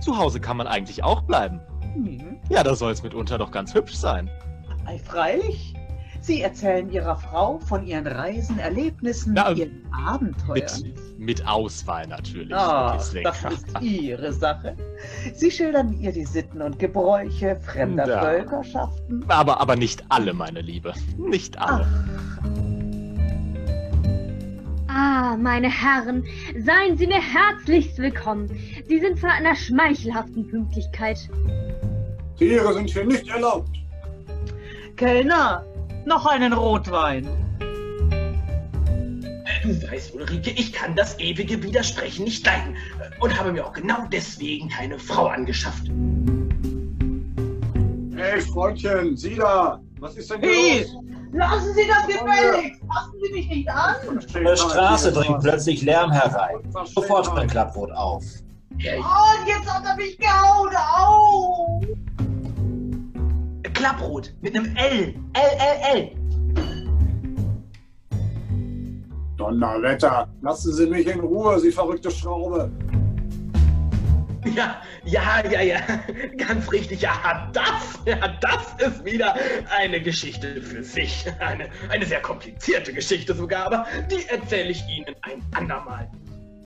Zu Hause kann man eigentlich auch bleiben. Hm. Ja, da soll es mitunter doch ganz hübsch sein. Ei, freilich. Sie erzählen ihrer Frau von ihren Reisen, Erlebnissen, Na, ähm, ihren Abenteuern. Mit Auswahl natürlich. Oh Ah, möglichst das lecker. ist ihre Sache. Sie schildern ihr die Sitten und Gebräuche fremder Da. Völkerschaften. Aber, aber nicht alle, meine Liebe. Nicht alle. Ah, meine Herren, seien Sie mir herzlichst willkommen. Sie sind von einer schmeichelhaften Pünktlichkeit. Tiere sind hier nicht erlaubt. Kellner, noch einen Rotwein. Du weißt, Ulrike, ich kann das ewige Widersprechen nicht leiden und habe mir auch genau deswegen keine Frau angeschafft. Hey, Freundchen, sieh da. Was ist denn Hey, los? lassen Sie das gefälligst! Fassen Sie mich nicht an! Von der Straße dringt plötzlich Lärm herein. Sofort Unverschämtheit. springt Klapprot auf. Herr Oh, Und jetzt hat er mich gehauen! Au! Klapprot mit einem L. L, L, L. Donnerwetter, lassen Sie mich in Ruhe, Sie verrückte Schraube. Ja, ja, ja, ja. Ganz richtig. Ja, das, ja, das ist wieder eine Geschichte für sich. Eine, eine sehr komplizierte Geschichte sogar, aber die erzähle ich Ihnen ein andermal.